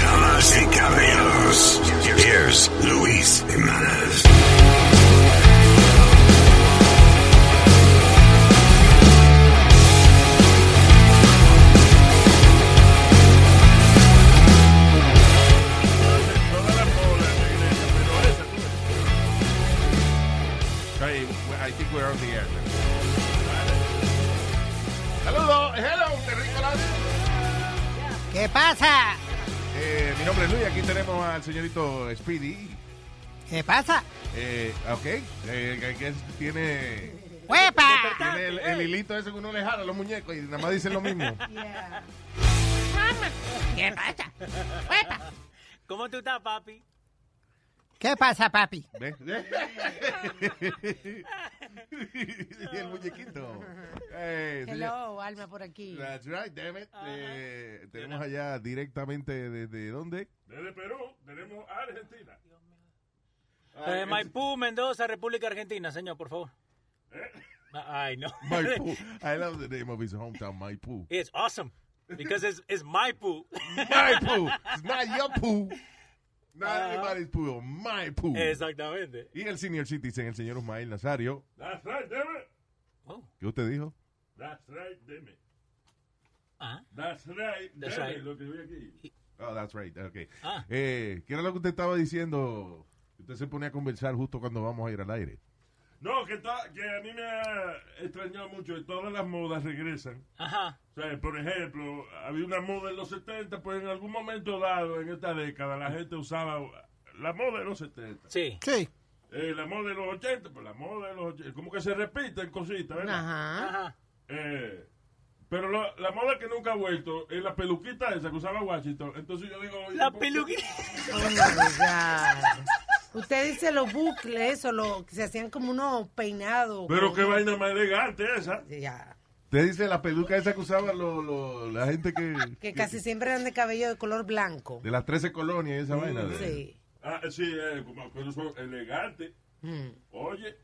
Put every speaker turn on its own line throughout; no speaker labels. Damas y caballeros, here's Luis Jimenez.
Toda la bola de la iglesia, pero esa tú ves. Hey, I think we're on the air now. Vale. Saludos, hello, terrícolas.
¿Qué pasa?
Eh, mi nombre es Luis, aquí tenemos al señorito Speedy.
¿Qué pasa?
Eh, ok, eh, que tiene,
¡Huepa!
tiene el, el hilito ese que uno le jala a los muñecos y nada más dicen lo mismo.
¿Qué pasa? ¡Huepa!
¿Cómo tú estás, papi?
¿Qué pasa, papi?
¿Ves? y el muñequito. Eh, señor-
Hello, Alma por aquí.
That's right, damn it. Eh, tenemos allá directamente desde dónde?
Desde Perú tenemos a Argentina.
Ay,
Eh, Maipú, Mendoza, República Argentina, señor, por favor. Ah, Ay, no.
Maipú. I love the name of his hometown, Maipú.
It's awesome. Because it's, it's Maipú.
Maipú. It's not your poo. Not anybody's poo. Maipú.
Exactamente.
Y el senior citizen, el señor Ismael Nazario.
That's right, damn it.
Oh,
¿Qué usted dijo?
That's right, damn it.
ah.
That's right, damn
That's
it,
right.
Lo que vi aquí.
Oh, that's right. Okay.
Ah.
Eh, ¿Qué era lo que usted estaba diciendo? Usted se pone a conversar justo cuando vamos a ir al aire.
No, que, está, que a mí me ha extrañado mucho. que Todas las modas regresan.
Ajá.
O sea, por ejemplo, había una moda en los 70, pues en algún momento dado, en esta década, la gente usaba la moda de los 70.
Sí.
Sí.
Eh, la moda de los 80, pues la moda de los 80. Como que se repiten cositas, ¿verdad?
Ajá.
Ajá.
Eh, pero lo- la moda que nunca ha vuelto es la peluquita esa que usaba Washington. Entonces yo digo... oye,
La
¿por qué?
peluquita.
Oh, my God. Usted dice los bucles o lo que se hacían como unos peinados.
Pero
como-
qué vaina más elegante esa.
Ya.
Usted dice la peluca esa que usaba lo- lo- la gente que...
Que casi siempre eran de cabello de color blanco.
De las 13 colonias y esa vaina. de-
Mm, Sí.
Ah, sí, eh, como pero son elegantes.
Hmm.
Oye,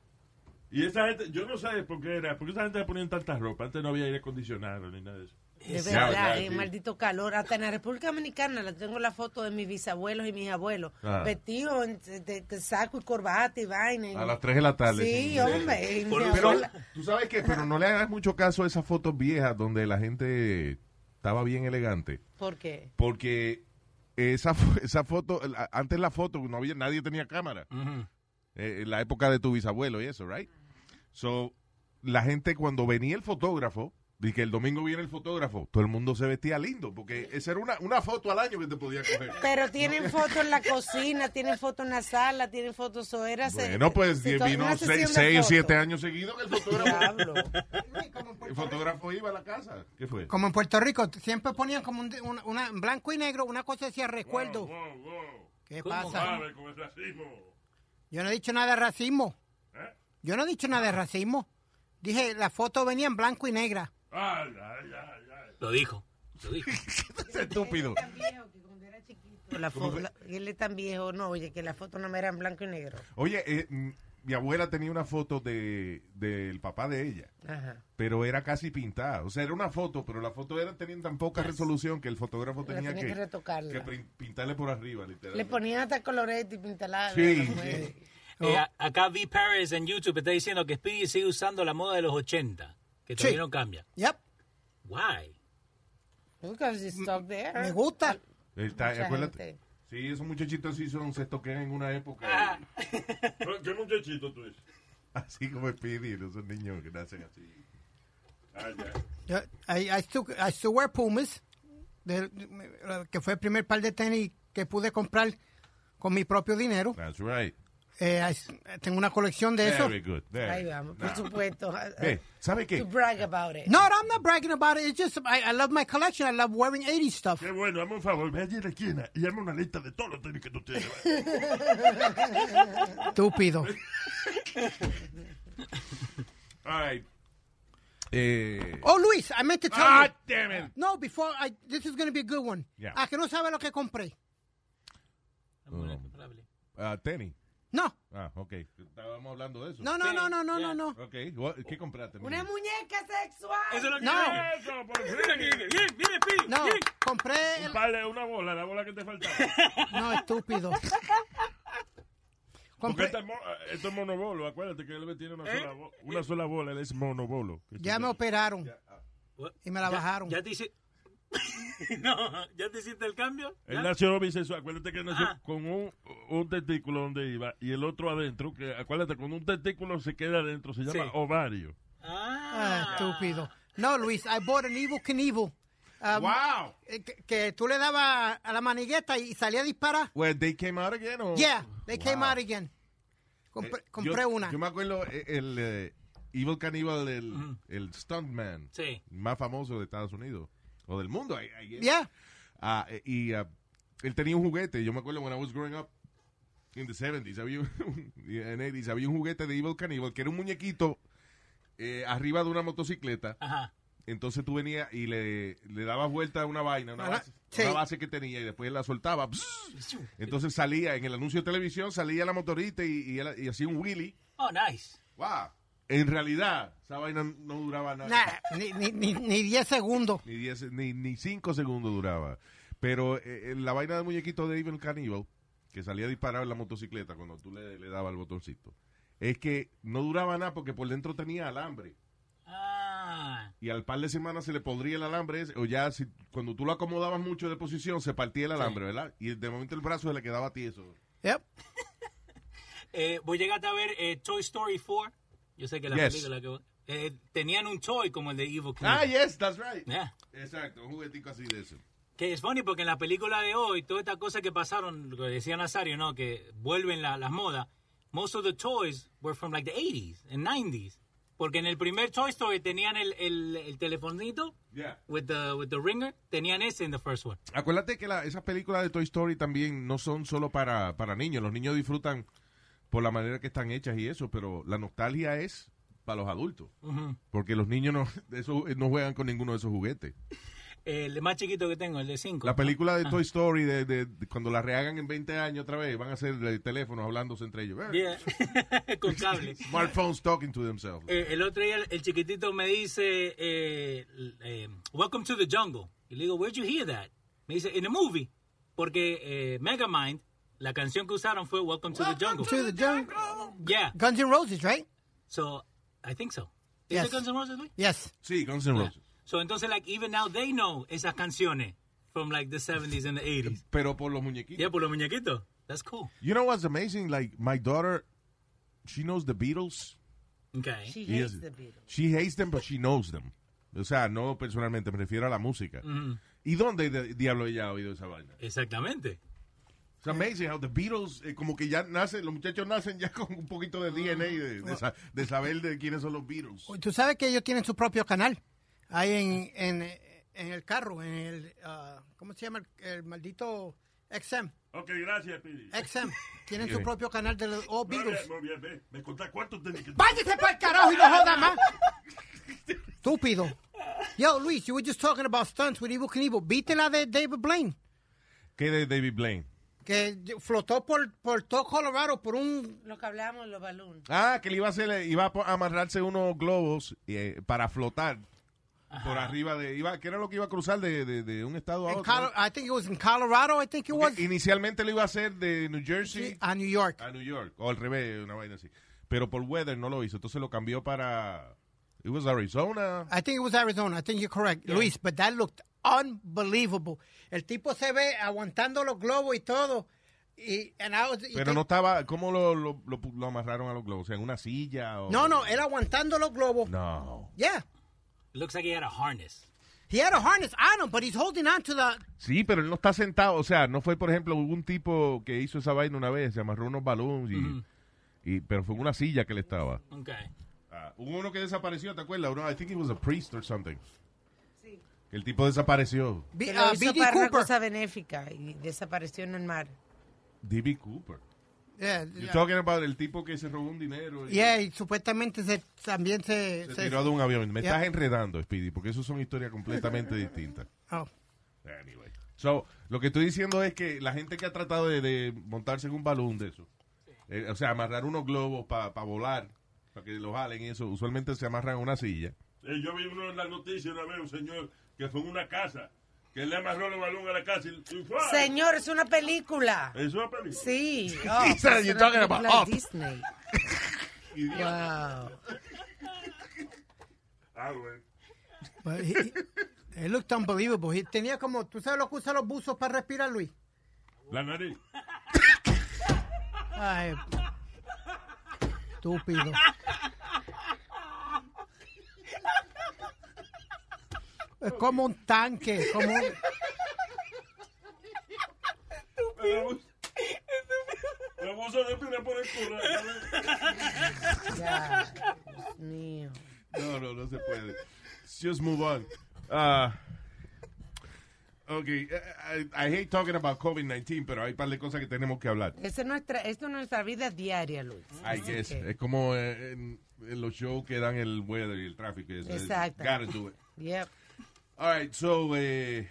y esa gente, yo no sé por qué era, porque esa gente se ponía en tantas ropas. Antes no había aire acondicionado ni nada de eso.
De
Ya,
verdad,
ya,
eh,
sí.
maldito calor. Hasta en la República Dominicana la tengo la foto de mis bisabuelos y mis abuelos.
Ah.
Vestidos en- de, de saco y corbata y vaina. y-
A las 3 de la tarde.
Sí, hombre. y mi
Pero,
abuela-
¿tú sabes qué? Pero no le hagas mucho caso a esas fotos viejas donde la gente estaba bien elegante.
¿Por qué?
Porque esa, fo- esa foto, la- antes la foto, no había, nadie tenía cámara. Eh, en la época de tu bisabuelo y eso, ¿right? So, la gente cuando venía el fotógrafo, y que el domingo viene el fotógrafo, todo el mundo se vestía lindo, porque esa era una, una foto al año que te podía coger.
Pero tienen fotos en la cocina, tienen fotos en la sala, tienen fotos soeras.
Bueno, pues
se-
die-
to-
vino
una sesión de
6 o
fotos.
7 años seguidos que el fotógrafo,
Diablo.
el fotógrafo iba a la casa. ¿Qué fue?
Como en Puerto Rico, siempre ponían como un, una- una- en blanco y negro, una cosa decía recuerdo.
Wow, wow, wow.
¿Qué
¿Cómo
pasa?
¿Sabe con el racismo?
Yo no he dicho nada de racismo.
¿Eh?
Yo no he dicho nada de racismo. Dije, la foto venía en blanco y negra.
Ah, Ay, ay, ay, ay.
Lo dijo. Lo dijo.
Es estúpido.
La fo- la- él es tan viejo, no, oye, que la foto no me era en blanco y negro.
Oye, eh, mm, mi abuela tenía una foto de, del papá de ella,
Ajá.
pero era casi pintada. O sea, era una foto, pero la foto era tenía tan poca resolución que el fotógrafo
Pues, La
tenía
tenía que
que,
retocarla.
que pin- pintarle por arriba,
Le
literalmente.
ponían hasta colorete y pintalada.
Sí,
la mujer.
sí.
Eh, a- acá V. Paris en YouTube está diciendo que Speedy sigue usando la moda de los 80, que todavía no cambia.
Yep,
Why?
Because it's stuck there.
me gusta.
Está-
Mucha
acuérdate.
gente.
Sí, esos muchachitos sí son, se toquean en una época.
¿Qué muchachito tú eres?
Así como Speedy, esos niños que nacen así.
Ah, ya.
Yo- I, I still, I still wear Pumas, de- de- que fue el primer par de tenis que pude comprar con mi propio dinero.
That's right.
Eh, I- tengo una colección de eso.
Very good. Very
Ahí vamos,
good.
por
Nah.
supuesto.
Ve, ¿sabe qué?
To brag about it.
No, I'm not bragging about it. It's just I, I love my collection. I love wearing 80s stuff.
Qué Eh, bueno, hazme un favor, ve allí en la esquina y hazme una lista de todos los tenis que tú tienes.
Estúpido.
All right. Eh,
Oh, Luis, I meant to tell
ah,
you.
damn it.
No, before I, this is going to be a good one.
Yeah.
A que no sabe lo que compré.
Ah, tenis.
No,
Ah, ok. Estábamos hablando de eso.
no, no, no, no, no, no,
Yeah.
no.
Ok. what- ¿Qué compraste?
Una
mija?
muñeca sexual.
Eso es lo que
No.
Eso, por fin.
Bien, bien, bien, Speedy.
No,
bien.
compré. el-
Vale, una bola, la bola que te faltaba.
No, estúpido.
Porque
Compré.
este, mo- esto es monobolo, acuérdate que él tiene
¿Eh?
una, sola, bo- una sola bola, él es monobolo.
Ya me operaron
What?
y me la bajaron.
¿Ya te hice... no, ¿ya te hiciste el cambio?
Él
¿Ya?
nació bisexual, acuérdate que nació
Ah.
con un, un testículo donde iba y el otro adentro, que acuérdate, con un testículo se queda adentro, se llama
Sí.
ovario.
Ah,
Ah,
estúpido. No, Luis, I bought an Evil Knievel. um,
Wow.
eh, Que, que tú le dabas a la manigueta y salía a disparar.
Well, they came out again. Or?
Yeah, they came
Wow.
out again. Compr-
Eh, yo-
compré una.
Yo me acuerdo eh, el eh, Evil Cannibal, el, el stuntman
Sí.
más famoso de Estados Unidos o del mundo. I- I guess.
Yeah.
Ah, eh, y ah, él tenía un juguete. Yo me acuerdo when I was growing up in the 70s, había un, en 80s, había un juguete de Evil Cannibal que era un muñequito eh, arriba de una motocicleta.
Ajá.
Entonces tú venías y le, le dabas vuelta a una vaina, una
Ajá,
base,
sí.
una base que tenía y después la soltaba. Entonces salía en el anuncio de televisión, salía la motorita y, y, era- y hacía un wheelie.
Oh, nice.
¡Wow! En realidad, esa vaina no duraba nada.
Nah, ni, ni, ni, ni 10 segundos.
Ni, diez, ni, ni cinco segundos duraba. Pero eh, eh, la vaina del muñequito de Evil Cannibal, que salía disparado en la motocicleta cuando tú le, le dabas el botoncito, es que no duraba nada porque por dentro tenía alambre.
Ah,
y al par de semanas se le podría el alambre ese, o ya si, cuando tú lo acomodabas mucho de posición se partía el alambre, ¿verdad? Y de momento el brazo se le quedaba tieso.
Yep.
eh, voy a llegar a ver eh, Toy Story 4. Yo sé que la
Yes.
película que... Eh, tenían un toy como el de Evil Queen.
Ah, yes, that's right.
Yeah.
Exacto, un juguetico así de eso.
Que es funny porque en la película de hoy, todas estas cosas que pasaron, lo que decía Nazario, ¿no? Que vuelven la- las modas. Most of the toys were from like the 80s and 90s. Porque en el primer Toy Story tenían el, el, el telefonito
Yeah.
with the, with the ringer. Tenían ese en the first one.
Acuérdate que la- esas películas de Toy Story también no son solo para, para niños, los niños disfrutan por la manera que están hechas y eso, pero la nostalgia es para los adultos,
Ujú.
porque los niños no, eso, no juegan con ninguno de esos juguetes.
Eh, El más chiquito que tengo, el de 5.
La película de Toy Story, de, de- de- cuando la rehagan en 20 años otra vez, van a ser de teléfonos hablándose entre ellos. Eh,
Yeah. Con cable.
Smartphones talking to themselves.
Eh, el otro día el, el chiquitito me dice, eh, eh, Welcome to the Jungle. Y le digo, Where'd you hear that? Me dice, In a movie. Porque eh, Megamind, la canción que usaron fue Welcome to the Jungle.
To the jungle.
Yeah.
Guns N' Roses, right?
So, I think so. Is
Yes.
it Guns N' Roses? Luis?
Yes.
Sí, Guns N' Roses.
So, entonces, like, even now they know esas canciones from, like, the 70s and the 80s.
Pero por los muñequitos.
Yeah, por los muñequitos. That's cool.
You know what's amazing? Like, my daughter, she knows the Beatles.
Okay.
She
Y
hates
es-
the Beatles.
She hates them, but she knows them. O sea, no personalmente, me refiero a la música. ¿Y dónde de- diablo ella ha oído esa vaina?
Exactamente.
It's amazing how the Beatles, eh, como que ya nacen, los muchachos nacen ya con un poquito de DNA de, de sa- de saber de quiénes son los Beatles.
Tú sabes que ellos tienen su propio canal. Ahí en, en, en el carro, en el. ah, ¿Cómo se llama? El, el maldito XM.
Ok, gracias, Pidi.
XM. Tienen su propio canal de los All
Muy bien,
Beatles.
muy bien, ve. Me contás cuántos tenis que
Váyase para el carajo y no joda más. Estúpido. Yo, Luis, you were just talking about stunts with Evil Knievel. ¿Viste la de David Blaine?
¿Qué de David Blaine?
que flotó por, por todo Colorado por un...
Lo que hablábamos, los balones.
Ah, que le iba a hacer, iba a po- a amarrarse unos globos eh, para flotar por arriba de, iba, que era lo que iba a cruzar de, de- de un estado a
en
otro.
Colo- I think it was in Colorado, I think it
¿no?
was,
Que Inicialmente lo iba a hacer de New Jersey
a New York.
a New York, o al revés, una vaina así. Pero por weather no lo hizo, entonces lo cambió para, it was Arizona.
I think it was Arizona. I think you're correct, Luis. But that looked unbelievable. El tipo se ve aguantando los globos y todo. Y, and I was- y
Pero
te-
no estaba, ¿cómo lo, lo, lo, lo amarraron a los globos? O sea, ¿En una silla? O...
no, no, él aguantando los globos.
No.
Yeah,
Looks like he had a harness.
he had a harness on him, but he's holding on to the.
Sí, pero él no está sentado. O sea, no fue, por ejemplo, hubo un tipo que hizo esa vaina una vez, se amarró unos balones, y, y- pero fue en una silla que él estaba.
Okay.
Ah, hubo uno que desapareció, ¿te acuerdas? Uno, I think it was a priest or something. El tipo desapareció.
B-
Que
uh,
lo hizo
B.D.
para una
Cooper.
cosa benéfica y desapareció en el mar.
D.B. Cooper.
Yeah,
You're
yeah.
talking about el tipo que se robó un dinero. y
Yeah, y supuestamente se, también se.
Se
se-
tiró de un avión. Me
Yeah.
estás enredando, Speedy, porque eso son historias completamente distintas.
Oh.
Anyway. So, lo que estoy diciendo es que la gente que ha tratado de, de montarse en un balón de eso, eh, o sea, amarrar unos globos para volar, para que lo jalen y eso, usualmente se amarran a una silla.
Eh, yo vi uno en la noticia una vez, un señor que fue en una casa, que le amarró el balón a la casa y, y fue.
Señor, es una película.
Eso es una película.
Sí. Oh,
He said
es
you're
una
talking about
película
up.
Disney. wow.
Ah, bueno.
But he- it looked unbelievable. He tenía como. ¿Tú sabes lo que usan los buzos para respirar, Luis?
La nariz.
Ay. Estúpido. Es como un tanque, como un-
Pero bus- El buzo de pina por el culo.
Ya. Dios mío.
No, no, no se puede. Just move on. Ah, ok, I, I- I hate talking about COVID-19, pero hay un par de cosas que tenemos que hablar.
Esa es nuestra, esto es nuestra vida diaria, Luis.
I
Así
guess.
que,
Es como eh, en, en los shows que dan el weather y el tráfico. y eso.
Exacto.
Gotta do it.
yep.
All right, so, eh,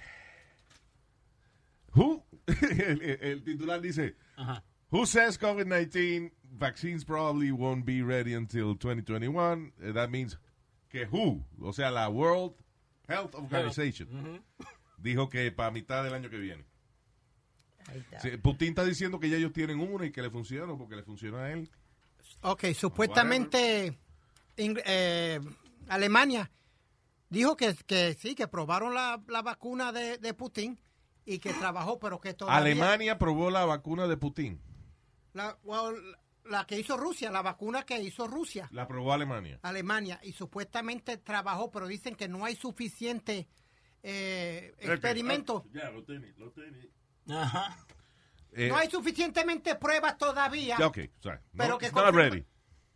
who, el, el titular dice,
Ajá.
who says COVID-19 vaccines probably won't be ready until 2021? Eh, That means que who, o sea, la World Health Organization, dijo que para mitad del año que viene.
Ahí está.
Sí, Putin está diciendo que ya ellos tienen una y que le funciona porque le funciona a él.
Ok, supuestamente Ingl- eh, Alemania dijo que, que sí, que probaron la, la vacuna de, de Putin y que trabajó, pero que todavía...
Alemania aprobó la vacuna de Putin.
La, well, la que hizo Rusia, la vacuna que hizo Rusia,
La aprobó Alemania.
Alemania, y supuestamente trabajó, pero dicen que no hay suficiente eh, experimento.
Ya, los tenis, los tenis.
Ajá.
ah, Eh,
No hay suficientemente pruebas todavía,
ya, ok, sorry. No,
Pero que
it's not
confirma-
ready.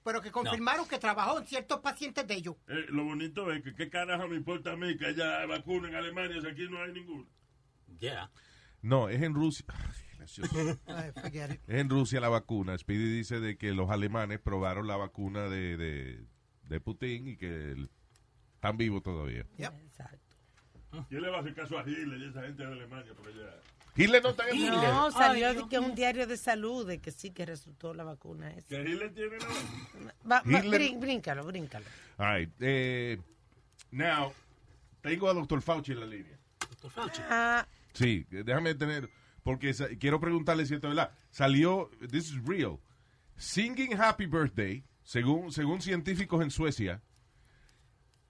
pero que confirmaron que trabajó en ciertos pacientes de ellos.
Eh, lo bonito es que qué carajo me importa a mí que haya vacuna en Alemania si aquí no hay ninguna.
Yeah.
No, es en Rusia. Ay, gracioso.
Ay, forget it.
es en Rusia la vacuna. Speedy dice de que los alemanes probaron la vacuna de, de, de Putin y que el- están vivos todavía.
Exacto.
¿Quién le va a hacer caso a Hitler y esa gente de Alemania por allá?
Hitler no está en el mundo.
No, salió de que un diario de salud de que sí que resultó la vacuna esa.
Que Hitler tiene la vacuna.
Va, va,
Hitler-
brin- bríncalo, bríncalo.
All right, eh, now, tengo a Dr. Fauci en la línea.
Dr. Fauci.
Ah,
Sí, déjame tener, porque sa- quiero preguntarle si esto es verdad. Salió, this is real, Singing Happy Birthday, según, según científicos en Suecia,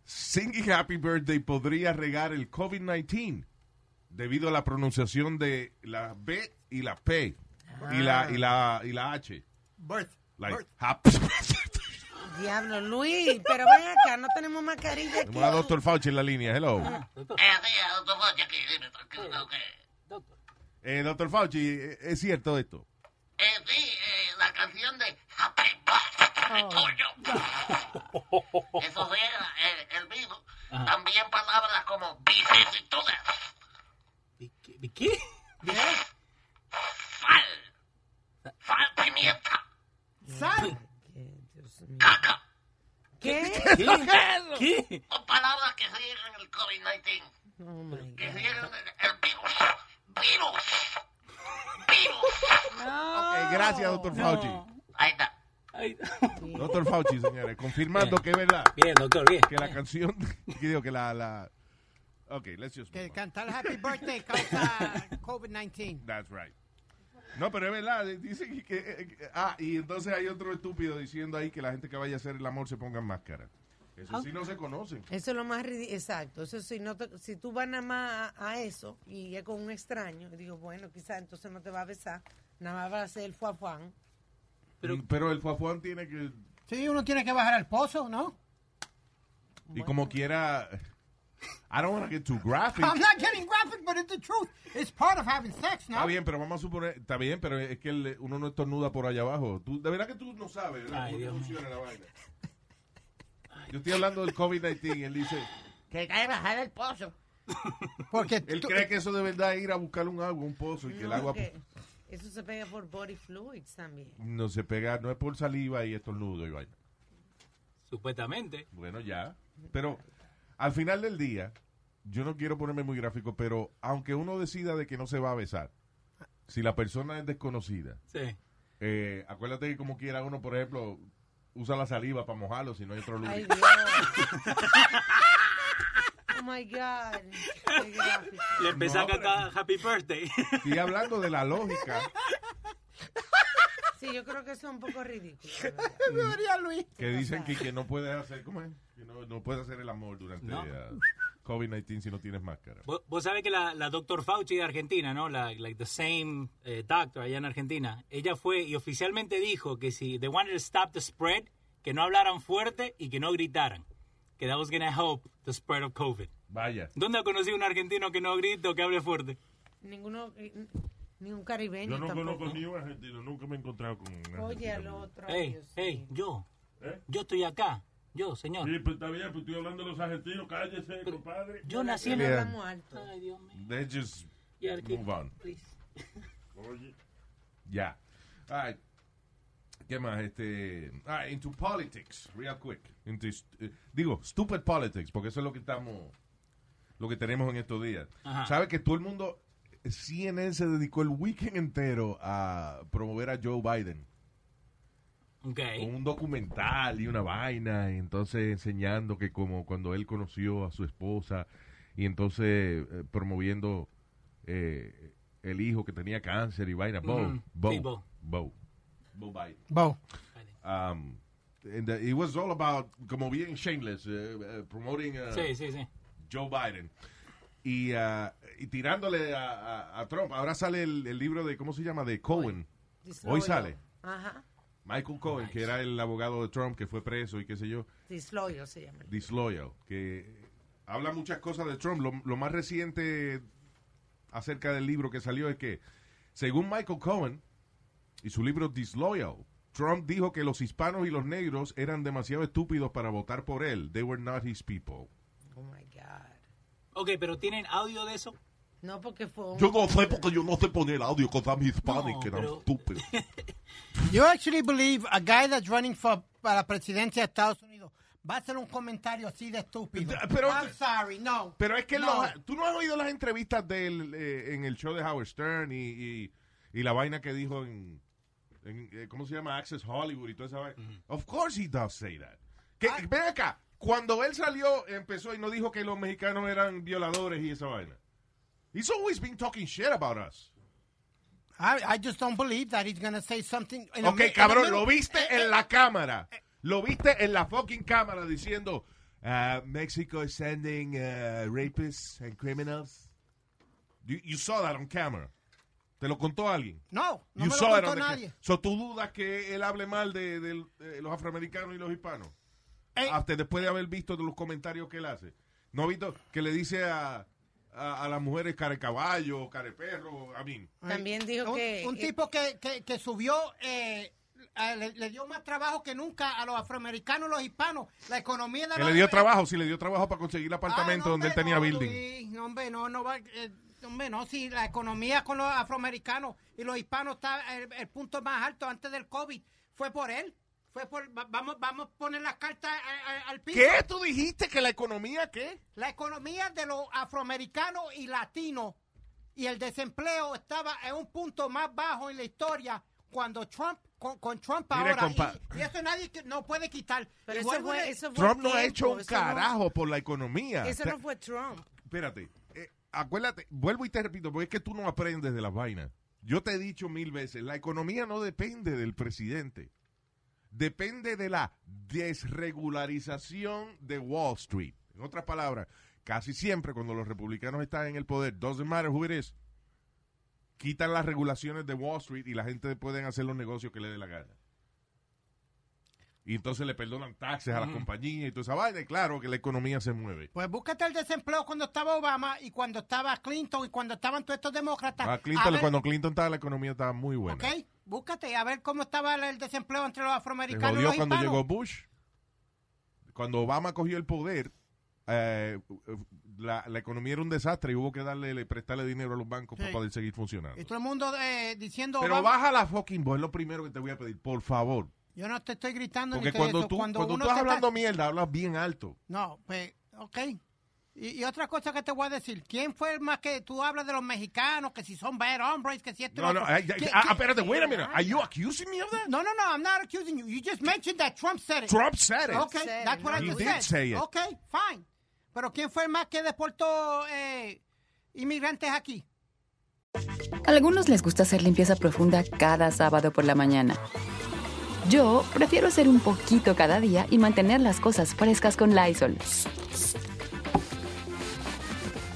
Singing Happy Birthday podría regar el COVID-19 debido a la pronunciación de la B y la P y, la, y, la, y la H.
Birth,
Like,
birth.
happy
diablo, Luis, pero ven acá, no tenemos mascarilla aquí.
Tenemos a Dr. Fauci en la línea, hello.
Doctor.
Eh, Dr. Fauci, eh, ¿es cierto esto?
Eso sí era el, el mismo. También palabras como vicisitudes,
¿Y qué? ¿Y qué?
sal, sal, pimienta,
Sal.
caca.
¿Qué?
¿Qué? ¿Qué?
Son palabras que siguen el COVID-19,
Oh my
que
God.
siguen el, el virus. Virus. virus.
Ok, Eh, gracias, doctor Fauci.
Ahí está.
Ay,
Doctor Fauci, señores, confirmando que es verdad.
Bien, doctor, bien.
Que la canción. Que digo, que la. la ok, let's just.
Que
move on.
cantar Happy Birthday causa COVID-19.
That's right. No, pero es verdad. eh, Dicen que, que- que- Ah, y entonces hay otro estúpido diciendo ahí que la gente que vaya a hacer el amor se ponga máscara. Eso sí no se conocen.
Eso es lo más ridículo. Exacto. Eso si, no te- si tú vas nada más a, a eso y es con un extraño, digo, bueno, quizás entonces no te va a besar, nada más va a hacer el fuafuán.
Pero, el fafuán tiene que.
Sí, uno tiene que bajar al pozo, ¿no?
Y como quiera. I don't want to get too graphic.
I'm not getting graphic, but it's the truth. It's part of having sex, ¿no?
Está bien, pero vamos a suponer. Está bien, pero es que el- uno no estornuda por allá abajo. Tú, de verdad que tú no sabes ¿verdad?
Ay,
cómo
Dios mío.
funciona la vaina. Yo estoy hablando del COVID-19 y él dice.
Que cae bajar el pozo.
Porque
Él
tú- eh,
cree que eso de verdad es ir a buscar un agua, un pozo y que el
No,
agua.
porque Eso se pega por body fluids también.
No se pega, no es por saliva y estornudo y vaina.
Supuestamente.
Bueno, ya. Pero al final del día, yo no quiero ponerme muy gráfico, pero aunque uno decida de que no se va a besar, si la persona es desconocida,
Sí.
eh, acuérdate que como quiera uno, por ejemplo, usa la saliva para mojarlo si no hay otro
Ay,
lubricante.
Dios. Oh my God. Qué gráfico.
Le empecé
No,
a cantar Happy Birthday.
Estoy hablando de la lógica.
Sí, yo creo que eso es un poco ridículo. de verdad.
Que dicen que, que no puedes hacer, ¿cómo es? Que no, no puedes hacer el amor durante
No.
eh, COVID-19 si no tienes máscara.
Vos, vos sabés que la, la doctor Fauci de Argentina, ¿no? La like the same eh, doctor allá en Argentina. Ella fue y oficialmente dijo que si they wanted to stop the spread, que no hablaran fuerte y que no gritaran. Que that was gonna help the spread of COVID.
Vaya.
¿Dónde ha conocido un argentino que no grite o que hable fuerte?
Ninguno, eh, ni un caribeño
Yo no
tampoco.
conozco ni un argentino, nunca me he encontrado con un argentino.
Oye al otro.
Hey,
Dios
hey,
mío.
yo,
¿Eh?
yo estoy acá. Yo, señor.
Sí, pues está bien, pues estoy hablando de los argentinos,
Pues,
cállese, compadre.
Yo nací en...
No
Bien.
hablamos alto.
Ay, Dios mío.
Let's just
Y aquí-
move on.
please.
Oye,
Ya. All right. ¿Qué más? Este, all right, into politics, real quick. Into st- eh, digo, stupid politics, porque eso es lo que estamos, lo que tenemos en estos días.
Ajá.
¿Sabe que todo el mundo, eh, CNN se dedicó el weekend entero a promover a Joe Biden? Con
Ok.
un documental y una vaina, y entonces enseñando que como cuando él conoció a su esposa, y entonces eh, promoviendo eh, el hijo que tenía cáncer y vaina. Bo,
Mm,
Bo,
sí, Bo.
Bo. Bo Biden.
Bo.
Um, and uh, it was all about como bien shameless, uh, uh, promoting uh,
Sí, sí, sí.
Joe Biden. Y, uh, y tirándole a, a- a Trump. Ahora sale el, el libro de, ¿cómo se llama? De Cohen.
Dislodro.
sale.
Ajá.
Michael Cohen, que era el abogado de Trump que fue preso y qué sé yo.
Disloyo se llama.
Disloyal, que habla muchas cosas de Trump. Lo, lo más reciente acerca del libro que salió es que, según Michael Cohen y su libro Disloyal, Trump dijo que los hispanos y los negros eran demasiado estúpidos para votar por él. They were not his people.
Oh my God.
Ok, pero ¿tienen audio de eso?
No, porque fue un...
no sé porque yo no sé poner audio con I'm
hispanic No, and I'm pero-
stupid.
You actually believe a guy that's running for para presidencia de Estados Unidos va a hacer un comentario así de estúpido.
Da- pero-
I'm sorry, no.
Pero es que
No.
los- tú no has oído las entrevistas del, eh, en el show de Howard Stern y, y- y la vaina que dijo en, en, eh, ¿cómo se llama? Access Hollywood y toda esa vaina. Of course he does say that. Que, ven acá, cuando él salió, empezó y no dijo que los mexicanos eran violadores y esa vaina. He's always been talking shit about us.
I, I just don't believe that he's gonna say something. in the mi- in
Ok,
the
cabrón,
middle. Eh,
lo viste en la cámara. Lo viste en la fucking cámara diciendo, uh, Mexico is sending uh, rapists and criminals. You, you saw that on camera. Te lo contó alguien.
No, no
you
me lo
saw it
contó
on the ca-
nadie.
So tú dudas que él hable mal de, de- de los afroamericanos y los hispanos.
Eh.
Hasta después de haber visto de los comentarios que él hace. No ha visto que le dice a, a, a las mujeres care caballo, care perro, a mí.
También dijo
Un,
que...
un
que-
tipo que, que, que subió, eh, a- le, le dio más trabajo que nunca a los afroamericanos, los hispanos. La economía de
Que
la-
le dio trabajo, sí, le dio trabajo para conseguir el apartamento
eh, Ah, no,
donde él
hombre,
tenía
no,
building.
Luis, no, hombre, no, no va. eh, hombre, no, si la economía con los afroamericanos y los hispanos está eh, el, el punto más alto antes del COVID, fue por él. Fue por, va- vamos, vamos a poner las cartas a- a- al piso.
¿Qué? ¿Tú dijiste que la economía qué?
La economía de los afroamericanos y latinos y el desempleo estaba en un punto más bajo en la historia cuando Trump, con, con Trump
Mira,
ahora,
compa-
y, y eso nadie que- no puede quitar.
Pero
Igual
eso fue,
fue-
eso fue
Trump no ha
tiempo,
hecho un
eso no-
carajo por la economía. O
eso
sea,
no fue Trump.
Espérate, eh, acuérdate, vuelvo y te repito, porque es que tú no aprendes de las vainas. Yo te he dicho mil veces, la economía no depende del presidente. Depende de la desregularización de Wall Street. En otras palabras, casi siempre cuando los republicanos están en el poder, doesn't matter who it is, quitan las regulaciones de Wall Street y la gente puede hacer los negocios que le dé la gana. Y entonces le perdonan taxes a las compañías y toda esa vaina. Y claro que la economía se mueve.
Pues búscate el desempleo cuando estaba Obama y cuando estaba Clinton y cuando estaban todos estos demócratas.
Ah, Clinton,
A ver,
cuando Clinton estaba, la economía estaba muy buena.
Ok, búscate a ver cómo estaba el desempleo entre los
Se
afroamericanos y
jodió
los
cuando
hispanos.
llegó Bush. Cuando Obama cogió el poder, eh, la, la economía era un desastre y hubo que darle, le- prestarle dinero a los bancos
Sí.
para poder seguir funcionando.
Y todo el mundo eh, diciendo
Pero
Obama.
baja la fucking voz, es lo primero que te voy a pedir, por favor.
Yo no te estoy gritando ni
Porque
te-
cuando
esto,
tú, cuando tú
uno
estás
se
hablando
está-
mierda, hablas bien alto.
No, pues, ok. Y, y otra cosa que te voy a decir, ¿quién fue el más que tú hablas de los mexicanos, que si son bad hombres, que si esto... y
No,
lo
no,
otro?
ay, ay,
¿Quién-
ah,
quién-
espérate, wait a minute. Are you accusing me of that?
No, no, no, I'm not accusing you. You just mentioned that Trump said it.
Trump said it.
Okay,
Said it,
that's what I
no.
just
He did
said.
say it.
Okay, fine. Pero ¿quién fue el más que deportó eh, inmigrantes aquí?
A algunos les gusta hacer limpieza profunda cada sábado por la mañana. Yo prefiero hacer un poquito cada día y mantener las cosas frescas con Lysol.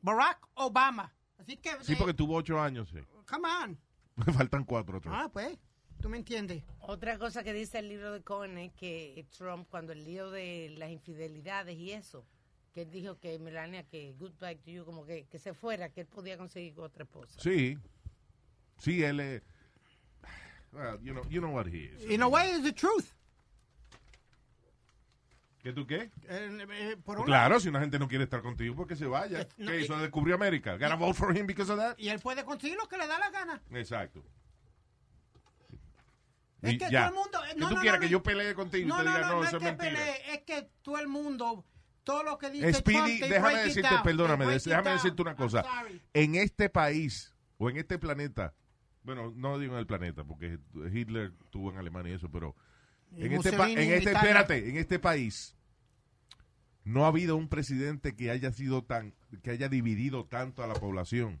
Barack Obama. Así que,
Sí,
eh,
porque tuvo ocho años. sí.
come on.
Me faltan cuatro otros.
Ah, pues, tú me entiendes.
Otra cosa que dice el libro de Cohen es que Trump, cuando el lío de las infidelidades y eso, que él dijo que Melania, que goodbye to you, como que, que se fuera, que él podía conseguir otra esposa.
Sí. Sí, él es... Well, you know, you know what he is.
In a way, it's the truth.
¿Qué tú qué?
Eh, eh, por un
Claro, si una gente no quiere estar contigo, porque se vaya.
Eh, no,
¿Qué
eh,
hizo? Descubrió América. Gotta vote for him because of that.
lado, Y él puede conseguir lo que le da la gana.
Exacto.
Es
Y
que
ya.
todo el mundo- eh,
Que
no,
tú
no,
quieras
no,
que
no.
yo pelee contigo y
No,
te
no,
diga,
no, no es
eso es
que
mentira.
pelee, es que todo el mundo, todo lo que dice
Speedy,
Trump, they
déjame
break it
decirte,
down,
perdóname,
they break
des-
it
déjame
down.
decirte una
I'm
cosa.
sorry.
En este país o en este planeta, bueno, no digo en el planeta, porque Hitler estuvo en Alemania y eso, pero
Y
en este, pa-
Mussolini
en
en
este,
Italia.
espérate, en este país no ha habido un presidente que haya sido tan, que haya dividido tanto a la población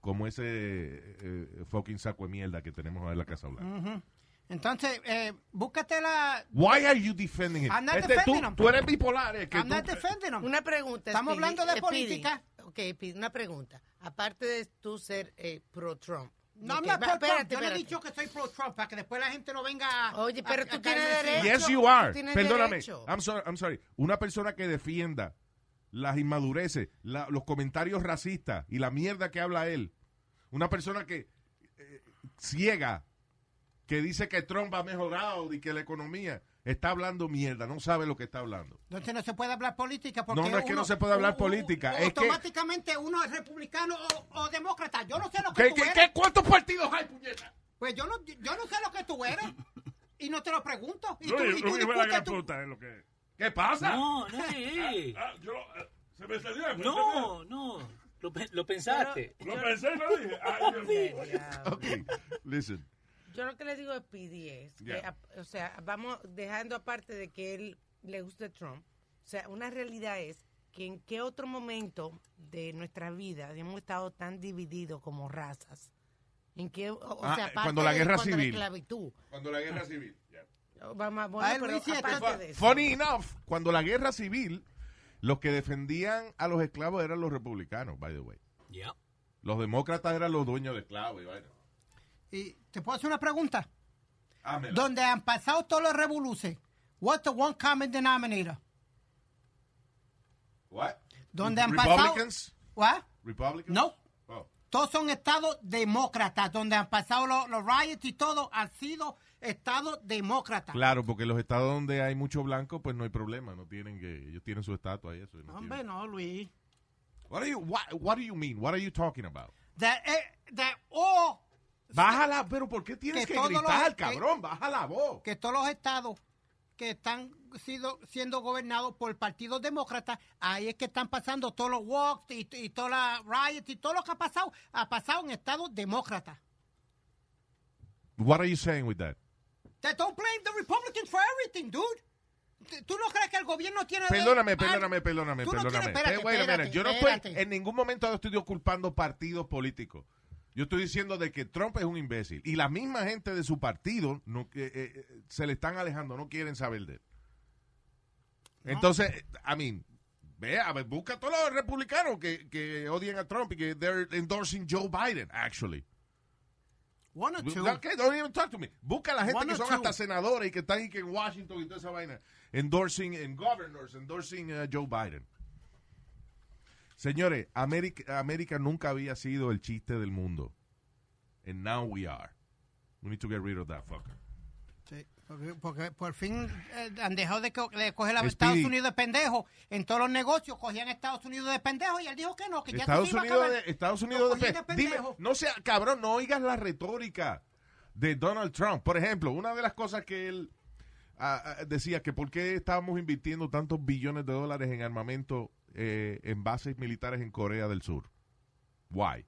como ese eh, fucking saco de mierda que tenemos ahora en la Casa Blanca.
Entonces, eh, búscate la...
Why are you defending him?
I'm not
Este, tú,
defending him.
tú eres bipolar, es que
I'm
tú-
not defending him.
Una pregunta.
Estamos
Speedy, eh,
hablando de
Speedy.
política.
Ok, Speedy, una pregunta. Aparte de tú ser eh, pro-Trump.
No,
Ok,
I'm not pro
va-
Trump.
espérate,
Yo no he
espérate.
dicho que soy pro Trump para que después la gente no venga. a-
Oye,
a-
pero
a
tú
caerme
tienes
encima.
derecho.
Yes, you
tú
are.
tienes
Perdóname.
derecho.
I'm sorry, I'm sorry. Una persona que defienda las inmadureces, la- los comentarios racistas y la mierda que habla él. Una persona que eh, ciega, que dice que Trump ha mejorado y que la economía está hablando mierda, no sabe lo que está hablando.
Entonces no se puede hablar política porque
No, no es que
uno-
no se puede hablar
u- u-
política,
u-
es que-
automáticamente uno es republicano o, o demócrata. Yo no sé lo que
¿Qué,
tú
qué-
eres.
qué- cuántos partidos hay, puñeta?
Pues yo no, yo no sé lo que tú eres y no te lo pregunto. Y tú,
Luis,
y tú
Luis, la gran
discutes tú-
puta es lo que es.
¿Qué pasa?
No, no es.
Ah, yo, eh, se me salió. se me salió.
No, no. Lo, pe- lo pensaste.
Lo pensé y lo dije. Ay, Dios mío.
Ok, listen.
Yo lo que le digo a Speedy es, que,
Yeah.
a- o sea, vamos dejando aparte de que él le guste Trump, o sea, una realidad es que en qué otro momento de nuestra vida hemos estado tan divididos como razas. En qué, o, o
Ah,
sea,
eh,
aparte
cuando la
de-
guerra
cuando
civil.
La esclavitud.
Cuando la guerra civil.
Vamos, bueno,
Ay,
pero
Luis, sí,
aparte
esto-
de eso.
Funny enough, cuando la guerra civil, Los que defendían a los esclavos eran los republicanos, by the way.
Yep.
Los demócratas eran los dueños de esclavos. Y vaina.
Y te puedo hacer una pregunta.
Ámela.
Donde han pasado todos los revoluces, what's the one common denominator?
What?
Donde han pasado.
Republicans?
What?
Republicans?
No.
Oh.
Todos son estados demócratas. Donde han pasado los, los riots y todo, han sido estados demócratas.
Claro, porque los estados donde hay mucho blanco, pues no hay problema, no tienen que ellos tienen su estatua y eso. y no
Hombre,
tienen-
no, Luis.
What are you what, what do you mean? What are you talking about?
That, eh, that all
Bájala, pero ¿por qué tienes
Que
que,
todos los-
gritar,
que-
cabrón? Baja la voz.
que todos los estados que están sido- siendo gobernados por partidos demócratas, ahí es que están pasando todos los walks y, y todas las riots y todo lo que ha pasado, ha pasado en estados demócratas.
What are you saying with that?
They don't blame the Republicans for everything, dude. T- ¿Tú no crees que el gobierno tiene...
Perdóname,
Ah,
perdóname, perdóname,
tú no
perdóname.
tienes- espérate,
Eh, wait a minute.
espérate,
Yo no
espérate.
estoy, en ningún momento estoy yo culpando partidos políticos. Yo estoy diciendo de que Trump es un imbécil. Y la misma gente de su partido no, que, eh, eh, se le están alejando, no quieren saber de él. Entonces, I mean, ve, a ver, busca a todos los republicanos que, que odian a Trump y que they're endorsing Joe Biden, actually.
One or two.
Okay, don't even talk to me. Busca a la gente
One
que
or
son
two.
hasta senadores y que están ahí que en Washington y toda esa vaina. Endorsing en governors, endorsing uh, Joe Biden. Señores, América, América nunca había sido el chiste del mundo. And now we are. We need to get rid of that fucker.
Sí, porque, porque por fin eh, han dejado de, co- de coger a
Speedy.
Estados Unidos de pendejo. En todos los negocios cogían a Estados Unidos de pendejo y él dijo que no, que ya eso
Estados
se iba a
Unidos,
acabar.
de, Estados
Lo
Unidos de
cogían
pe- Dime,
pendejo.
no sea, cabrón, no oigas la retórica de Donald Trump. Por ejemplo, una de las cosas que él ah, ah, decía que por qué estábamos invirtiendo tantos billones de dólares en armamento eh, en bases militares en Corea del Sur. Why?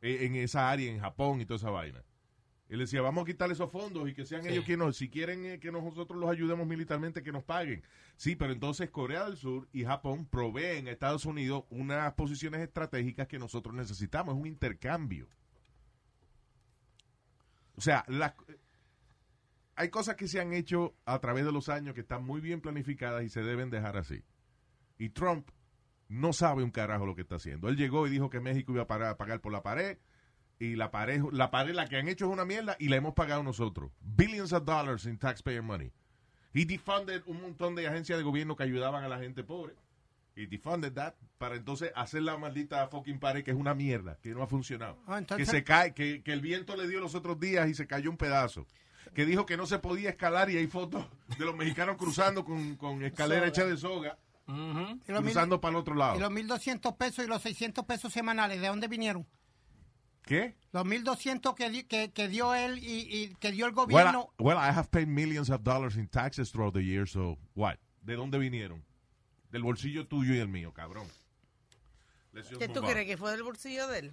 E- En esa área, en Japón y toda esa vaina. Él decía, vamos a quitar esos fondos y que sean
Sí.
ellos quienes nos, si quieren eh, que nosotros los ayudemos militarmente, que nos paguen. Sí, pero entonces Corea del Sur y Japón proveen a Estados Unidos unas posiciones estratégicas que nosotros necesitamos. Es un intercambio. O sea, las- hay cosas que se han hecho a través de los años que están muy bien planificadas y se deben dejar así. Y Trump no sabe un carajo lo que está haciendo. Él llegó y dijo que México iba a pagar, a pagar por la pared y la pared, la pared la que han hecho es una mierda y la hemos pagado nosotros. Billions of dollars in taxpayer money. He defunded un montón de agencias de gobierno que ayudaban a la gente pobre. He defunded that para entonces hacer la maldita fucking pared que es una mierda, que no ha funcionado.
Ah, entonces-
que se cae, que, que el viento le dio los otros días y se cayó un pedazo. Que dijo que no se podía escalar y hay fotos de los mexicanos cruzando con, con escalera hecha de soga,
Mhm.
Y los mil-
cruzando para el otro lado.
Y los 1.200 pesos y los 600 pesos semanales, ¿de dónde vinieron?
¿Qué?
Los 1.200 que, di- que, que dio él y, y que dio el
Well,
gobierno.
I, well, I have paid millions of dollars in taxes throughout the year, so what? ¿De dónde vinieron? Del bolsillo tuyo y el mío, cabrón. Let's just
¿Qué
move
tú
on.
crees que fue del bolsillo de él?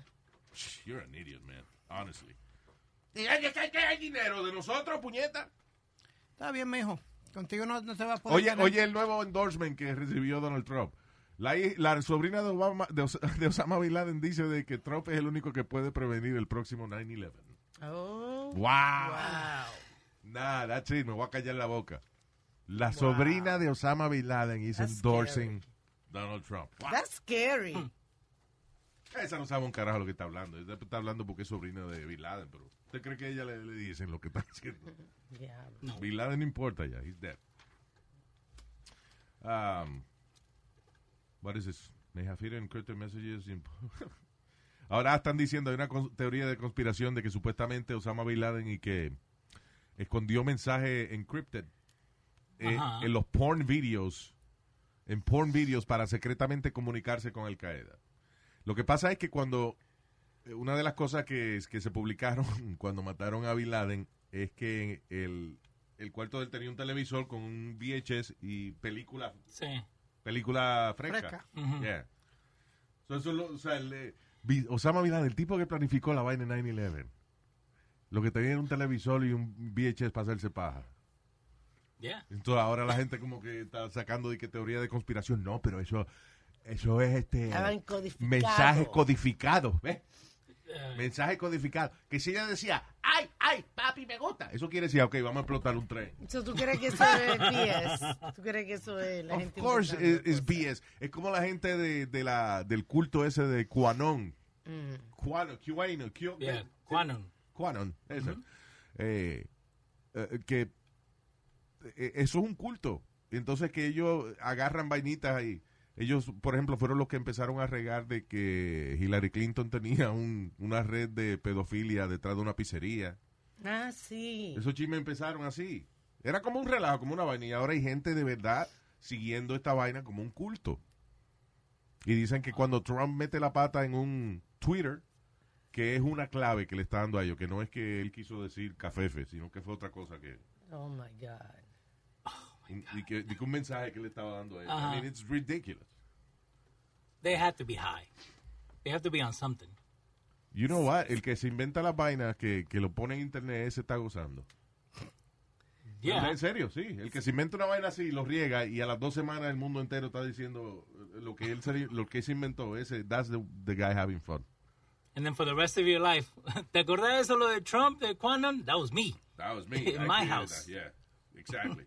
Shh, You're an idiot, man. Honestly. ¿Y hay, hay- hay dinero de nosotros, puñeta?
Está bien, mijo. Contigo no, no se va a
Pues,
poder.
Oye,
tener.
oye el nuevo endorsement que recibió Donald Trump. La, hi- la sobrina de, Obama, de, Os- de Osama Bin Laden dice de que Trump es el único que puede prevenir el próximo 9-11.
Oh.
Wow. Nah, that's it. Me voy a callar la boca. La sobrina de Osama Bin Laden is
That's
endorsing Donald Trump. Wow.
That's scary.
Esa no sabe un carajo lo que está hablando. Ella Está hablando porque es sobrina de Bin Laden, pero ¿usted cree que a ella le, le dicen lo que está haciendo?
Diablo.
Bin Laden no importa ya. He's dead. Um, what is this? They have hidden encrypted messages in- Ahora están diciendo, hay una cons- teoría de conspiración de que supuestamente Osama Bin Laden y que escondió mensaje encrypted eh,
Ajá.
en los porn videos, en porn videos para secretamente comunicarse con Al Qaeda. Lo que pasa es que cuando eh, una de las cosas que, es- que se publicaron cuando mataron a Bin Laden es que el, el cuarto de él tenía un televisor con un VHS y película,
Sí. Mm-hmm.
película fresca.
Fresca.
Mm.
Ujú.
Yeah. So, eso lo- o sea, el, eh, Bi- Osama Bin Laden, el tipo que planificó la vaina en 9-11, lo que tenía era un televisor y un VHS para hacerse paja.
Yeah.
Entonces ahora la gente como que está sacando de que teoría de conspiración. No, pero eso, eso es este
Estaban codificados.
mensajes codificados. ¿ves?
Eh,
Mensaje codificado. Que si ella decía, I,
ay, papi, me gusta.
Eso quiere decir, ok, vamos a explotar un tren.
So, ¿Tú crees que eso es BS? ¿Tú crees que eso es la
Of
gente
course
inventando?
is, is BS. Es como la gente de, de la, del culto ese de Quanon.
Mm.
Quanon, Quanon, Q-
Yeah, Quanon.
Quanon, eso. Eh, eh, que eh, eso es un culto. Entonces que ellos agarran vainitas ahí. Ellos, por ejemplo, fueron los que empezaron a regar de que Hillary Clinton tenía un- una red de pedofilia detrás de una pizzería.
Ah, sí.
Esos chismes empezaron así. Era como un relajo, como una vaina. Y ahora hay gente de verdad siguiendo esta vaina como un culto. Y dicen que cuando Trump mete la pata en un Twitter, que es una clave que le está dando a ellos, que no es que él quiso decir cafefe, sino que fue otra cosa que...
Oh, my God.
un- y que, y que un mensaje que le estaba dando a ellos.
Ajá.
I mean, it's ridiculous.
They have to be high. They have to be on something.
You know what? El que se inventa las vainas que, que lo pone en internet, ese está gozando.
Yeah.
En serio, sí. El que se inventa una vaina así, lo riega y a las dos semanas el mundo entero está diciendo eh, lo que él se, lo que se inventó. Ese, that's the, the guy having fun.
And then for the rest of your life, ¿te acordás de eso lo de Trump, de Quanon? That was me.
That was
me. In I my created house. that.
Yeah, exactly.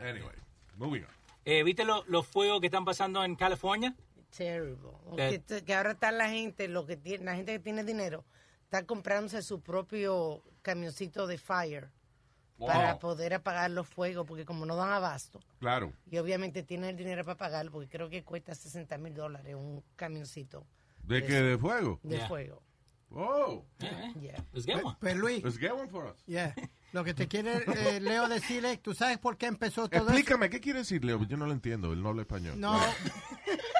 anyway, moving on.
Eh, ¿Viste lo- los fuegos que están pasando en California?
Terrible. O
Eh.
Que, t- que ahora está la gente, lo que tiene, la gente que tiene dinero, está comprándose su propio camioncito de fire para poder apagar los fuegos, porque como no dan abasto,
Claro.
y obviamente tienen el dinero para pagarlo, porque creo que cuesta 60 mil dólares un camioncito
¿De qué? ¿De fuego?
de
Yeah.
fuego.
Oh,
Yeah.
Let's get one.
Pues Luis,
let's get one for us.
yeah, lo que te quiere eh, Leo decir es, ¿tú sabes por qué empezó todo esto?
Explícame, ¿qué quiere decir Leo? Yo no lo entiendo, él no habla español.
No,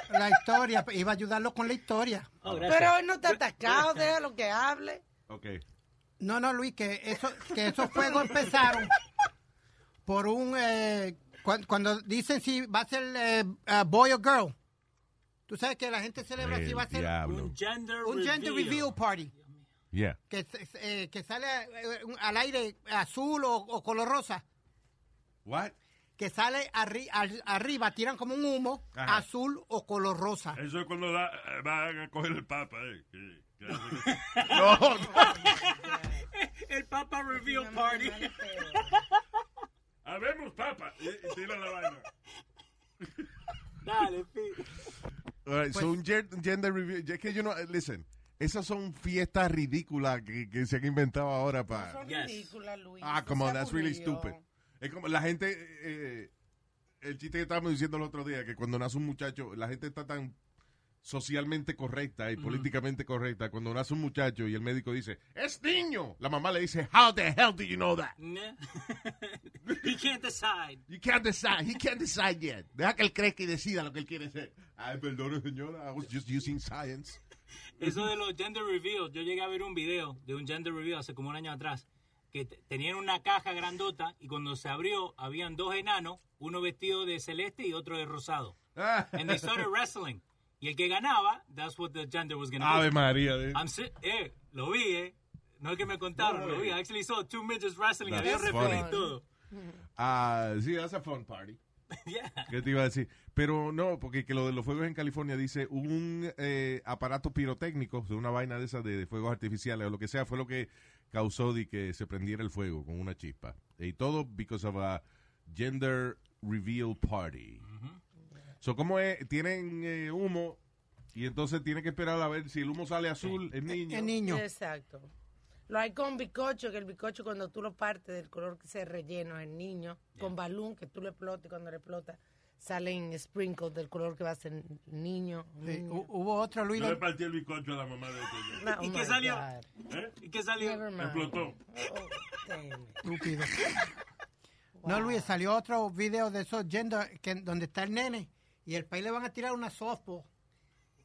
la historia, iba a ayudarlo con la historia.
Oh, gracias.
Pero él no está atacado, déjalo que hable.
Ok.
No, no, Luis, que, eso, que esos juegos empezaron por un... eh, cuan- cuando dicen si va a ser eh, uh, boy o girl. Tú sabes que la gente celebra si
El
va a ser
diablo.
un gender
un gender
reveal.
reveal party.
Yeah.
Que, se- eh, que sale eh, un- al aire azul o, o color rosa.
What?
Que sale arri- al- arriba, tiran como un humo
Ajá.
azul o color rosa.
Eso es cuando da, eh, van a coger el papa. Eh, que- que hace-
No, no.
El Papa Reveal Party.
Habemos papa. Y, y tira la vaina.
Dale, pi.
All right,
Pues-
so un gen- gender review. Es que yo no. eh, Listen, esas son fiestas ridículas que, que se han inventado ahora para.
Son
Yes.
ridículas, Luis.
Ah,
Eso
come on,
se
that's really
aburrió.
stupid. Es como la gente. eh, el chiste que estábamos diciendo el otro día, que cuando nace un muchacho, la gente está tan socialmente correcta y políticamente correcta. Cuando nace un muchacho y el médico dice, ¡Es niño! La mamá le dice, ¿How the hell do you know that?
Nah. He can't decide.
You can't decide. He can't decide yet. Deja que él crezca y decida lo que él quiere ser. Ay, perdone, señora. I was just using science.
Eso de los gender reveals, yo llegué a ver un video de un gender reveal hace como un año atrás, que te- tenían una caja grandota y cuando se abrió habían dos enanos, uno vestido de celeste y otro de rosado.
Ah.
And they started wrestling. Y el que ganaba, that's what the gender was gonna
Ave
be.
María. de-
I'm si- eh, lo vi, eh. No es que me contaron, lo vi. I actually saw two midgets wrestling. Había
That's
referee y
funny.
todo.
Ah, sí, that's a fun party.
Yeah.
¿Qué te iba a decir? Pero no, porque que lo de los fuegos en California dice un eh, aparato pirotécnico, o sea, una vaina de esas de, de fuegos artificiales o lo que sea, fue lo que causó de que se prendiera el fuego con una chispa. Y todo because of a gender reveal party. So, ¿cómo es? Tienen eh, humo y entonces tienen que esperar a ver si el humo sale azul, es niño.
El niño.
Exacto. Lo hay con bizcocho, que el bizcocho cuando tú lo partes del color que se relleno el niño, con balón que tú lo explotas y cuando lo explotas salen sprinkles del color que va a ser niño.
Sí,
niña.
hu- hubo otro, Luis.
Yo le partí el bizcocho a la mamá de este.
No,
Uh, ¿Y
oh
qué
my
salió?
God.
¿Eh?
¿Y qué salió?
Never mind.
Explotó.
Oh, damn it.
Estúpido. No, Luis, salió otro video de esos gender que, donde está el nene y el país le van a tirar una softball.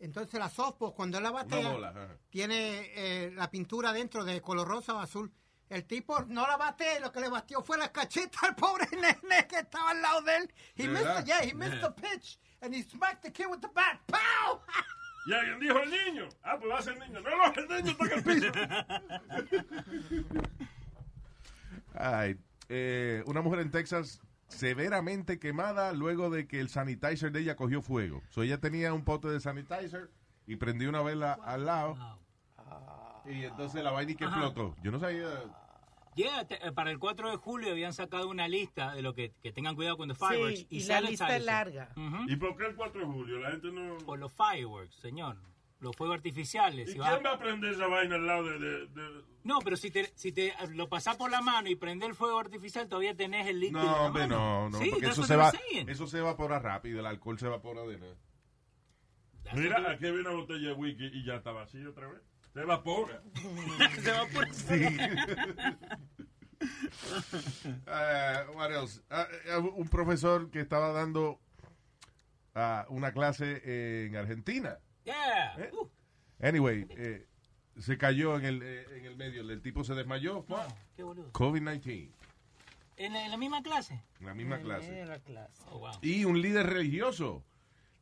Entonces la softball, cuando él la
Una
batea,
bola. ajá.
tiene eh, la pintura dentro de color rosa o azul. El tipo no la batea, lo que le batió fue la cacheta al pobre nene que estaba al lado de él. He
¿De
missed,
verdad?
the- yeah, he missed the pitch and he smacked the kid with the bat. ¡Pow!
Y alguien dijo el niño. Ah, pues va a ser niño. No, no, el niño toca el piso.
Ay, eh, una mujer en Texas severamente quemada luego de que el sanitizer de ella cogió
Ah.
fuego. So, ella tenía un pote de sanitizer y prendió una vela al lado.
Wow.
Y entonces la vaina y que explotó. Yo no sabía.
Yeah, te- eh, para el 4 de julio habían sacado una lista de lo que, que tengan cuidado con los fireworks.
Sí, y la lista es
sanitizer.
larga.
Ujú.
¿Y por qué el 4 de julio? La gente no...
Por los fireworks, señor. Los fuegos artificiales.
¿Y
si vas-
quién va a prender esa vaina al lado de... de- de-
No, pero si te, si te eh, lo pasás por la mano y prendés el fuego artificial, todavía tenés el líquido. en la
No, hombre,
mano.
no, no.
Sí,
porque
that's
eso
what
se,
I'm
va,
saying.
eso se evapora rápido. El alcohol se evapora de nada.
That's what
Mira,
I'm-
aquí hay una botella de whisky y ya está vacía otra vez. Se evapora.
se va por-
Ah, what else? Ah, ah, un profesor que estaba dando ah, una clase en Argentina.
Yeah.
¿Eh?
Uh,
Anyway, eh, se cayó en el, eh, en el medio. El tipo se desmayó. ¡fua!
qué boludo.
COVID-19,
¿En la, en la misma clase?
en la misma clase.
la clase.
Oh, wow.
Y un líder religioso.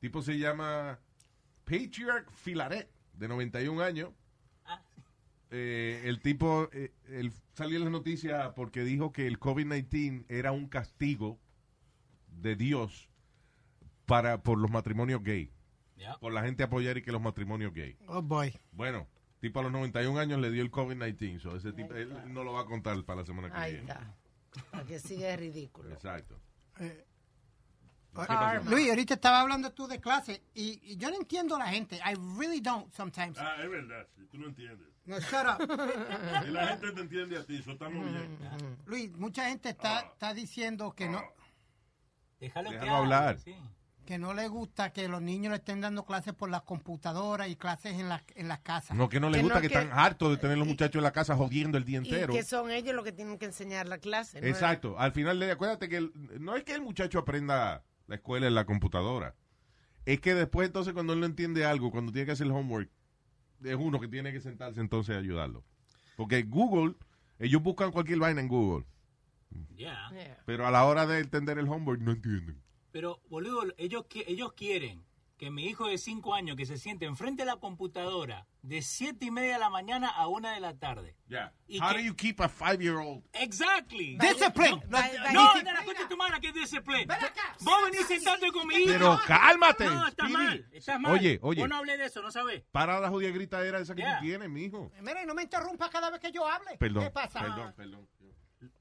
Tipo se llama Patriarch Filaret, de 91 años.
Ah,
Eh, el tipo eh, él salió en las noticias porque dijo que el COVID-19 era un castigo de Dios para por los matrimonios gay,
yeah.
por la gente apoyar y que los matrimonios gay.
Oh, boy.
Bueno, tipo a los 91 años le dio el COVID-19, so ese tipo él no lo va a contar para la semana que
Ahí
viene.
está. Para que siga de ridículo.
Exacto.
Karma.
Luis, ahorita estaba hablando tú de clase y, y yo no entiendo a la gente. I really don't sometimes.
Ah, es verdad, sí, tú no entiendes.
No, shut up.
Y la gente te entiende a ti, eso está muy bien.
Luis, mucha gente está, está diciendo que no,
Déjalo, que
Déjalo
hable,
hablar.
sí.
que no le gusta que los niños le estén dando clases por las computadoras y clases en, la, en las casas.
No que no le
Que
gusta
no,
que,
que-
están hartos de tener los muchachos en la casa jodiendo el día
Y
entero.
que son ellos los que tienen que enseñar la clase. ¿no?
Exacto. Al final, de- acuérdate que el- no es que el muchacho aprenda la escuela en la computadora. Es que después, entonces, cuando él no entiende algo, cuando tiene que hacer el homework, es uno que tiene que sentarse entonces a ayudarlo. Porque Google, ellos buscan cualquier vaina en Google,
Yeah.
Yeah.
pero a la hora de entender el homework no entienden.
Pero, boludo, ellos, qui- ellos quieren que mi hijo de 5 años que se siente enfrente de la computadora de 7 y media de la mañana a 1 de la tarde.
Ya.
¿Y
How
qué-
do you keep a five-year-old?
Exactly.
Discipline.
No, by- by-
No, de la cuenta de tu mano que es discipline. Vos venís sentarte con mi hijo.
Pero cálmate.
No, estás
Speedy.
mal. Estás mal.
Oye, oye.
Vos no hablé de eso, no sabés.
Para la jodida gritadera esa que
Yeah.
tú tienes, mijo.
Mira, y no me interrumpas cada vez que yo hable.
Perdón.
¿Qué pasa?
Perdón, perdón.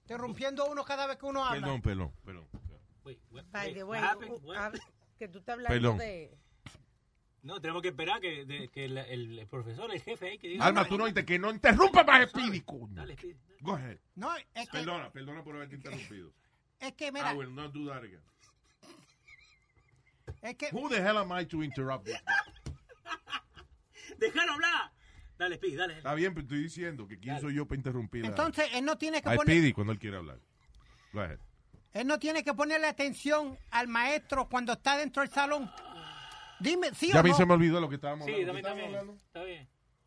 Interrumpiendo a uno cada vez que uno habla.
Perdón, perdón, perdón.
Wait, what-
By the
wait,
way,
what happened?
u-
What?
hab- que tú estás hablando
Perdón.
de...
No, tenemos que esperar que, de- que la- el, el profesor, el jefe ahí que diga.
Alma, tú no oíste que no interrumpa más, Speedy, coño.
Dale, Speedy, dale.
Go ahead.
No, es que,
Perdona, perdona por haberte interrumpido.
es que
I
Ah,
mira,
will not do that again.
es que
Who the hell am I to interrupt this?
Dejalo hablar. Dale, Speedy, dale.
Está bien, pero estoy diciendo que quién soy yo para interrumpir. a-
entonces él no tiene que
a
poner,
Speedy cuando él quiere hablar. Go ahead.
él no tiene que ponerle atención al maestro cuando está dentro del salón. Dime, sí
Ya
o
a mí
no.
se me olvidó lo que estábamos
Sí,
hablando. ¿Qué
también,
estábamos hablando?
también. Está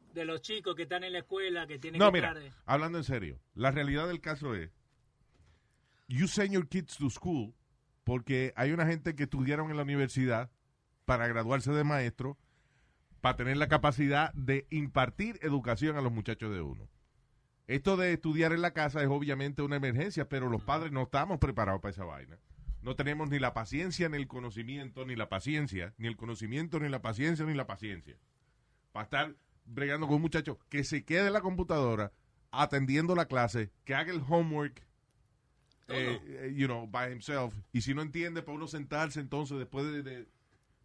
bien. De los chicos que están en la escuela, que tienen
No,
que
mira,
estar, eh,
hablando en serio, la realidad del caso es, you send your kids to school porque hay una gente que estudiaron en la universidad para graduarse de maestro, para tener la capacidad de impartir educación a los muchachos de uno. Esto de estudiar en la casa es obviamente una emergencia, pero los padres no estamos preparados para esa vaina. No tenemos ni la paciencia, ni el conocimiento, ni la paciencia, ni el conocimiento, ni la paciencia, ni la paciencia para estar bregando con un muchacho que se quede en la computadora atendiendo la clase, que haga el homework, eh, eh, you know, by himself. Y si no entiende, para uno sentarse entonces después de, de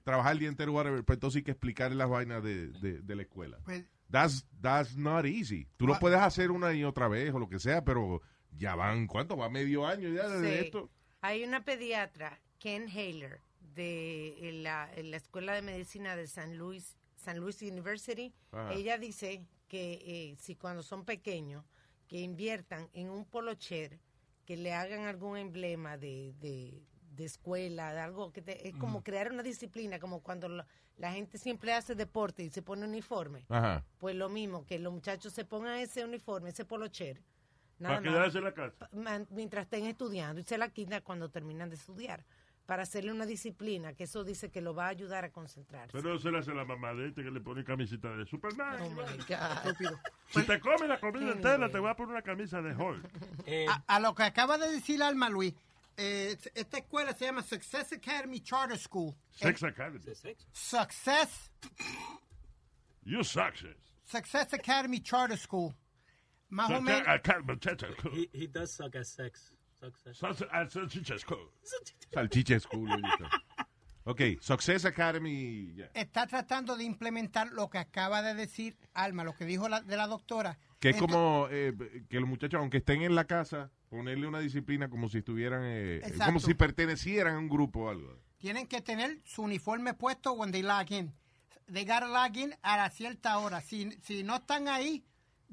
trabajar el día entero, whatever, pues entonces hay que explicarle las vainas de, de- de la escuela.
Pues,
That's, that's not easy. Tú lo puedes hacer una y otra vez o lo que sea, pero ya van, ¿cuánto? Va medio año ya desde
Sí.
esto.
Hay una pediatra, Ken Haler, de eh, la, en la Escuela de Medicina de San Luis, San Luis University.
Ajá.
Ella dice que eh, si cuando son pequeños, que inviertan en un polocher, que le hagan algún emblema de, de- de escuela, de algo que te- es como crear una disciplina, como cuando la- la gente siempre hace deporte y se pone uniforme.
Ajá.
Pues lo mismo, que los muchachos se pongan ese uniforme, ese polocher. nada
Para
más
quedarse en la casa.
man- mientras estén estudiando y se la quita cuando terminan de estudiar para hacerle una disciplina que eso dice que lo va a ayudar a concentrarse.
Pero se la hace la mamá de este que le pone camisita de Superman.
Oh pues, my God.
Si te comes la comida entera, te voy a poner una camisa de Hulk.
eh,
a, a lo que acaba de decir Alma Luis, eh, esta escuela se llama Success Academy Charter School. Eh,
Sex Academy.
de sexo.
Success
You success.
Oh,
Success Academy Charter School. Más o menos.
ah,
He, he does suck at sex. Sucks at
ah,
Salchicha es cool. oye, está. ok, Success Academy. ya.
Está tratando de implementar lo que acaba de decir Alma, lo que dijo la, de la doctora.
Que es
Ento-
como eh, que los muchachos, aunque estén en la casa, ponerle una disciplina como si estuvieran, eh,
Exacto.
como si pertenecieran a un grupo o algo.
Tienen que tener su uniforme puesto when they log in. They gotta log in a la cierta hora. Si, si no están ahí,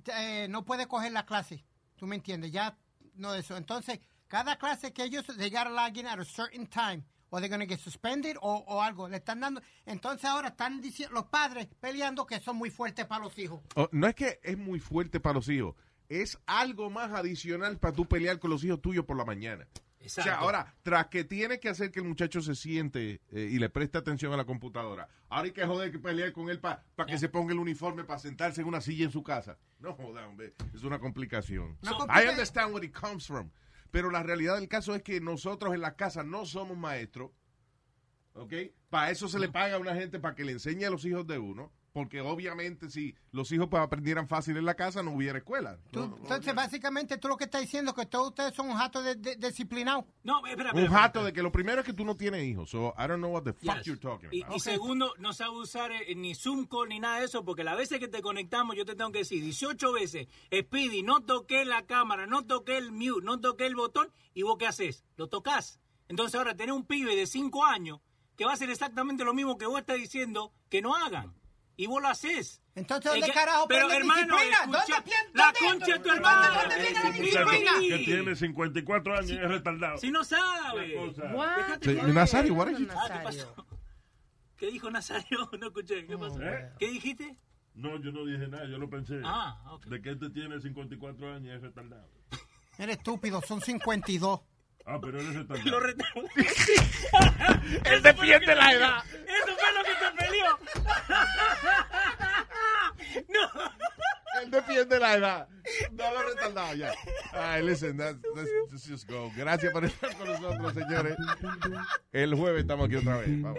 eh, no puede coger la clase. ¿Tú me entiendes? Ya no eso. Entonces, cada clase que ellos, they gotta log in at a certain time. O they're gonna get suspended o, o algo. Le están dando. Entonces ahora están diciendo, los padres peleando que son muy fuertes para los hijos.
Oh, no es que es muy fuerte para los hijos, es algo más adicional para tú pelear con los hijos tuyos por la mañana.
Exacto.
O sea, ahora, tras que tienes que hacer que el muchacho se siente eh, y le preste atención a la computadora, ahora hay que joder que pelear con él para que se ponga el uniforme para sentarse en una silla en su casa. No joda, hombre, es una complicación.
Una
I
complica-
understand where it comes from. Pero la realidad del caso es que nosotros en la casa no somos maestros. ¿Ok? Para eso se le paga a una gente para que le enseñe a los hijos de uno. Porque obviamente si los hijos pues, aprendieran fácil en la casa, no hubiera escuela.
Tú- entonces, básicamente, tú lo que estás diciendo es que todos ustedes son un jato de, de- disciplinados.
No, espera, espera.
Un jato de que lo primero es que tú no tienes hijos. So I don't know what the fuck
Yes.
you're talking
Y,
about.
y segundo, no sabe usar eh, ni Zoom call ni nada de eso, porque las veces que te conectamos, yo te tengo que decir 18 veces, Speedy, no toqué la cámara, no toqué el mute, no toqué el botón, y vos qué haces? Lo tocas. Entonces ahora tenés un pibe de 5 años que va a hacer exactamente lo mismo que vos estás diciendo que no hagan. Y vos lo haces.
Entonces, ¿dónde
Es que-
carajo
pero,
aprenden
hermano,
disciplina? ¿Dónde
escucha,
aprenden-
La
dónde-
concha de tu
dónde-
hermana.
dónde viene la
Ese
disciplina?
muchacho
Que tiene 54 años y es retardado.
Si no sabe.
Una cosa.
What?
Sí, Nazario, what are you-
Ah, ¿qué pasó? ¿Qué dijo Nazario? No escuché. ¿Qué pasó?
¿Eh?
¿Qué dijiste?
No, yo no dije nada, Eh, yo lo pensé.
Ah, ok.
De que este tiene 54 años y es retardado.
Eres estúpido, son 52.
Ah, pero él es retardado.
Lo retardó. Él defiende la edad. Eso fue lo que te peleó. no.
Él defiende la edad. No lo retardado ya. Ay, listen, that's, that's- let's just go. Gracias por estar con nosotros, señores. El jueves estamos aquí otra vez. Vamos.